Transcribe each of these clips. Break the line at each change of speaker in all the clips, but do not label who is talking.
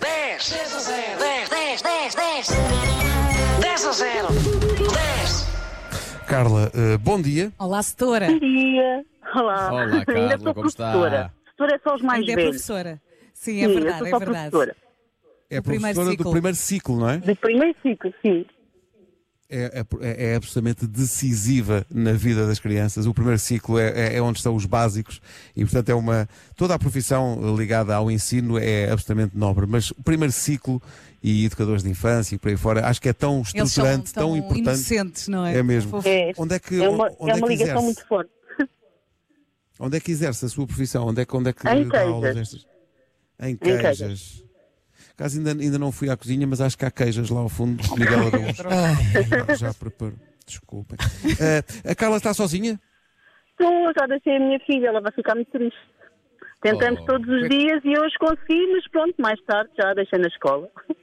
10. 10 a 0. 10, 10, 10, 10. 10 a 0. 10.
Carla, eh, bom dia.
Olá, setora.
Bom dia. Olá.
Olá, Carla,
Ainda sou
como está?
professora. Professora é só os mais
Ainda é
velhos.
professora. Sim, é
Sim, eu
verdade,
sou
é
só
verdade.
professora.
É
primeiro
professora do
ciclo.
primeiro ciclo, não é?
De primeiro ciclo, sim.
É, é- é absolutamente decisiva na vida das crianças. O primeiro ciclo é, é- é onde estão os básicos e, portanto, é uma. Toda a profissão ligada ao ensino é absolutamente nobre, mas o primeiro ciclo e educadores de infância e por aí fora, acho que é tão
Eles são
estruturante,
tão,
tão importante.
inocentes, não é?
É mesmo.
Fofo.
É,
Onde é que,
é uma,
onde
é
é
uma
que
ligação
exerce?
muito forte.
Onde é que exerce a sua profissão? Onde é, que- onde é que
Em
dá aulas?
Queijas.
destas? Em
Queijas.
queijas. Caso ainda, ainda não fui à cozinha, mas acho que há queijas lá ao fundo. Miguel Araújo. já, já preparo. Desculpem. Ah, a Carla está sozinha?
Estou, Então, já deixei a minha filha, ela vai ficar muito triste. Tentamos
Oh.
todos
é
os dias e hoje consegui, mas pronto, mais tarde já a deixei na escola.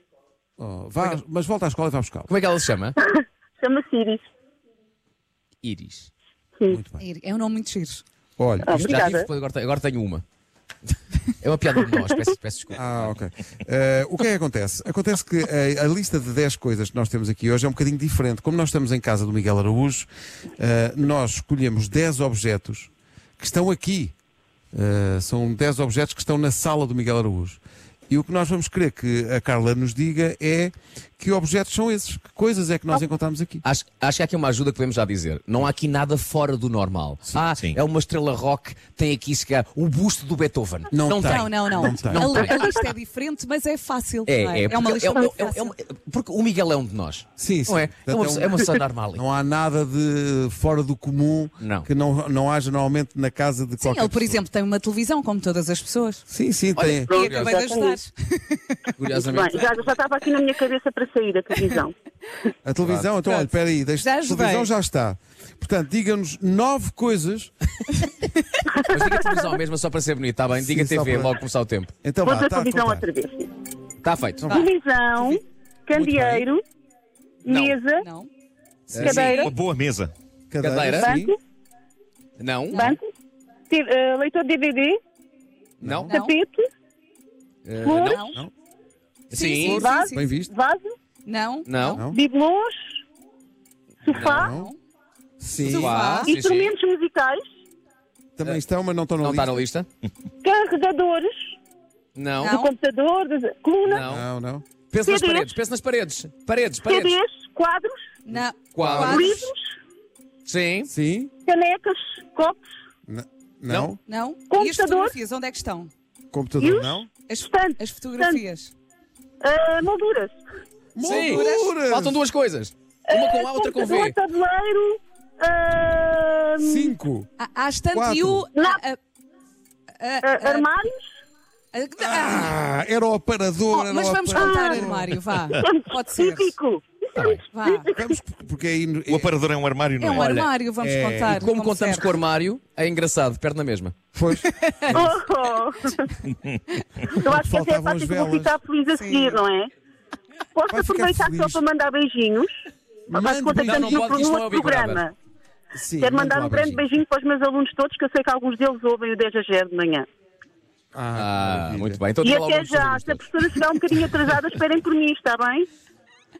Oh, vá, mas volta à escola e vá buscá-la.
Como é que ela se chama?
Chama-se Iris.
Iris.
Sim.
Muito bem.
É um nome muito giro.
Olha,
Ah,
isto-
Já tive,
Obrigada.
depois agora, tenho- agora tenho uma. É uma piada de nós, peço, peço desculpa.
Ah, ok. Eh, o que é que acontece? Acontece que eh, a, lista de 10 coisas que nós temos aqui hoje é um bocadinho diferente. Como nós estamos em casa do Miguel Araújo, eh, nós escolhemos 10 objetos que estão aqui. Eh, são 10 objetos que estão na sala do Miguel Araújo. E o que nós vamos querer que a Carla nos diga é que objetos são esses, que coisas é que nós encontramos aqui.
Acho, acho que há aqui uma ajuda que podemos já dizer. Não há aqui nada fora do normal. ah, é uma estrela rock, tem aqui se calhar, o busto do Beethoven.
Não tem.
Não, não, não.
Não tem.
a,
Não
a lista é diferente, mas é fácil.
É,
não
é, porque
uma lista
é-
muito
é- é-
fácil.
é uma- Porque o Miguel é um de nós.
Sim, sim.
Não é? É uma,
Portanto, é um-
pessoa- é uma pessoa normal.
Não há nada de fora do comum
Não.
que não, não haja normalmente na casa de
Sim,
qualquer
ele, por
pessoa.
exemplo, tem uma televisão, como todas as pessoas.
Sim, sim, tem.
E
Pronto,
acabei de ajudar.
exatamente. Bem,
Curiosamente.
já, já estava aqui na minha cabeça para sair a
Então
televisão.
A televisão, então, olha, espera aí, deixa,
Já
a
ajudei.
televisão já está. Portanto, diga-nos nove coisas.
Mas diga televisão mesmo só para ser bonito, está bem?
Sim,
Diga
só
TV,
para-
logo começar o tempo.
Então,
Vou
vá, Tá.
dizer
está a contar.
televisão outra vez.
Está feito.
Vá.
Televisão, candeeiro,
Não.
mesa,
Não?
cadeira,
Uma boa mesa.
Cadeira,
Cadeira.
sim.
banco,
Não?
banco, te- eh, leitor de DVD,
Não?
Não.
tapete,
Eh,
flores,
não?
Não?
Sim?
vaso,
Bem visto.
vaso,
Não?
Não?
Não?
bibelôs, sofá,
Não. Sim.
Vá. Sim, sim.
instrumentos musicais,
Também estão, mas não estão na
Não está
lista.
na lista?
carregadores
Não.
do computador, das- coluna,
Não.
Não, não.
Pensa nas
CDs.
paredes, pensa nas paredes. Paredes, paredes. Ah.
CDs, quadros,
Não.
Quadros.
Quadros.
livros,
Sim.
Sim.
canecas, copos,
N- Não.
Não? E as
Computador.
fotografias, onde é que estão?
Computador, não.
As,
Tanto,
as fotografias.
ah, molduras,
Sim.
Molduras.
Faltam duas coisas. Uma com A, outra com
computador,
V.
tabuleiro, ah,
Cinco.
Há há estante
Quatro.
e o.
Não.
Ah, ah, ah,
ah, armários,
ah, ah.
Ah, era o aparador.
Oh,
era
mas
o
vamos
aparador.
contar armário, vá. Pode ser.
típico.
Tá
Vá.
Vamos, porque aí.
O aparador é um armário, não
É
é?
um
Olha,
armário, vamos
é,
contar.
Como contamos
serve.
com o armário, é engraçado, perde na mesma.
Pois.
Oh. Eu acho que até é
Faltavam
fácil
as
que vou
velas.
ficar feliz a
Sim.
seguir, não é? Posso
Vai ficar
aproveitar
feliz.
só para mandar beijinhos? Mas
Mande
contactamos
beijinho. Não, não
no,
pode,
no
isto não é
um outro
obrigado.
programa.
é, Sim,
Quero
manda
mandar
lá
um grande
beijinho.
beijinho para os meus alunos todos, que eu sei que alguns deles ouvem o 10 a 0 de manhã.
Ah,
Ah,
maravilha.
muito bem. Então
E
diga lá
até
alguns
já,
sobre
se a
isto.
professora chegar um bocadinho atrasada, esperem por mim, está bem?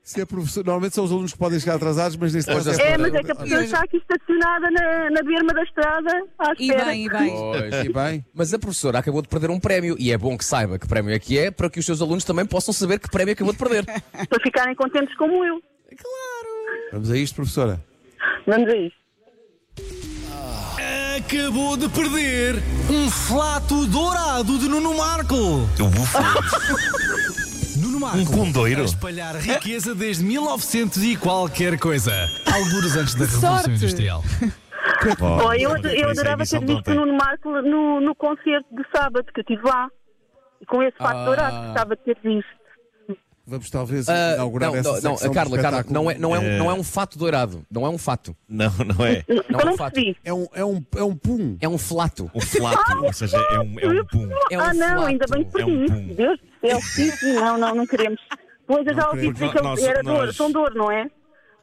Se é professor, normalmente são os alunos que podem chegar atrasados, mas neste
Hoje
caso
a
É,
senhora-
mas é que a professora está aqui estacionada na, na berma da estrada, à
E
espera.
bem, e bem.
Pois.
E bem,
Mas a professora acabou de perder um prémio e é bom que saiba que prémio é que é para que os seus alunos também possam saber que prémio acabou de perder.
Para ficarem contentes como eu.
vamos a isto, professora.
Vamos a isso.
Acabou de perder um flato dourado de Nuno Marco.
Um bufo,
Nuno Marco.
um condoiro.
A espalhar riqueza desde 1900 e qualquer coisa. Alguros antes da Revolução
Sorte.
Industrial.
Oh,
Oh, eu,
olha,
eu
isso é
adorava ter
emissão de
visto o
ontem.
Nuno Marco no, no concerto de sábado que eu estive lá. E com esse fato
Ah.
dourado que estava de ter visto.
Vamos talvez
Ah,
inaugurar
não,
essa
não, não,
secção do
Carla, Carla,
espetáculo.
não é, não, é um,
É.
não é um fato dourado. Não é um fato.
Não, não é.
Não,
eu
é um
não
fato.
percebi.
É um, é um, é um pum.
É um flato.
Um flato, ou seja, é um, é um pum.
É um
ah, não,
flato,
ainda bem que
é um
perdi.
pum.
Deus do céu, sim, sim, não, não, não queremos. Pois eu já ouvi
queremos.
dizer que
Nós-
ele era
nós- é,
dor, são dor, não é?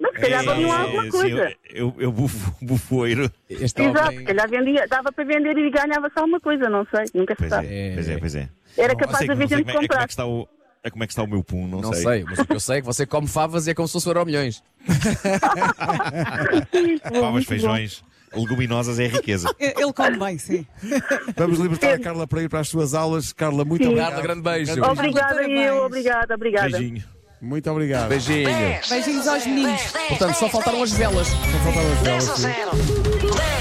Mas se calhar valia alguma
sim,
coisa.
Eu, eu, eu bufo, bufoeiro.
Este
Exato,
homem-
se calhar vendia, dava para vender e ganhava só uma coisa, não sei, nunca se
Pois
sabe.
é, pois é, pois é.
Era
Não
capaz de
sei que- não
haver
sei
gente
como é, é como é
comprar.
que está o, É como é que está o meu pum, não,
Não sei. mas o que eu sei é que você come favas e é como se fosse o milhões.
É
Favas, feijões, leguminosas é a riqueza.
Ele come bem, sim.
Vamos libertar a Carla para ir para as suas aulas. Carla, muito
Sim.
obrigado.
Carla, grande beijo.
Obrigada,
Parabéns.
eu, obrigada, obrigada.
Beijinho.
Muito obrigado.
Beijinho.
Beijinhos aos meninos.
É,
Portanto, só faltaram as velas.
Só faltavam as velas,
10 a
sim.
0. 10.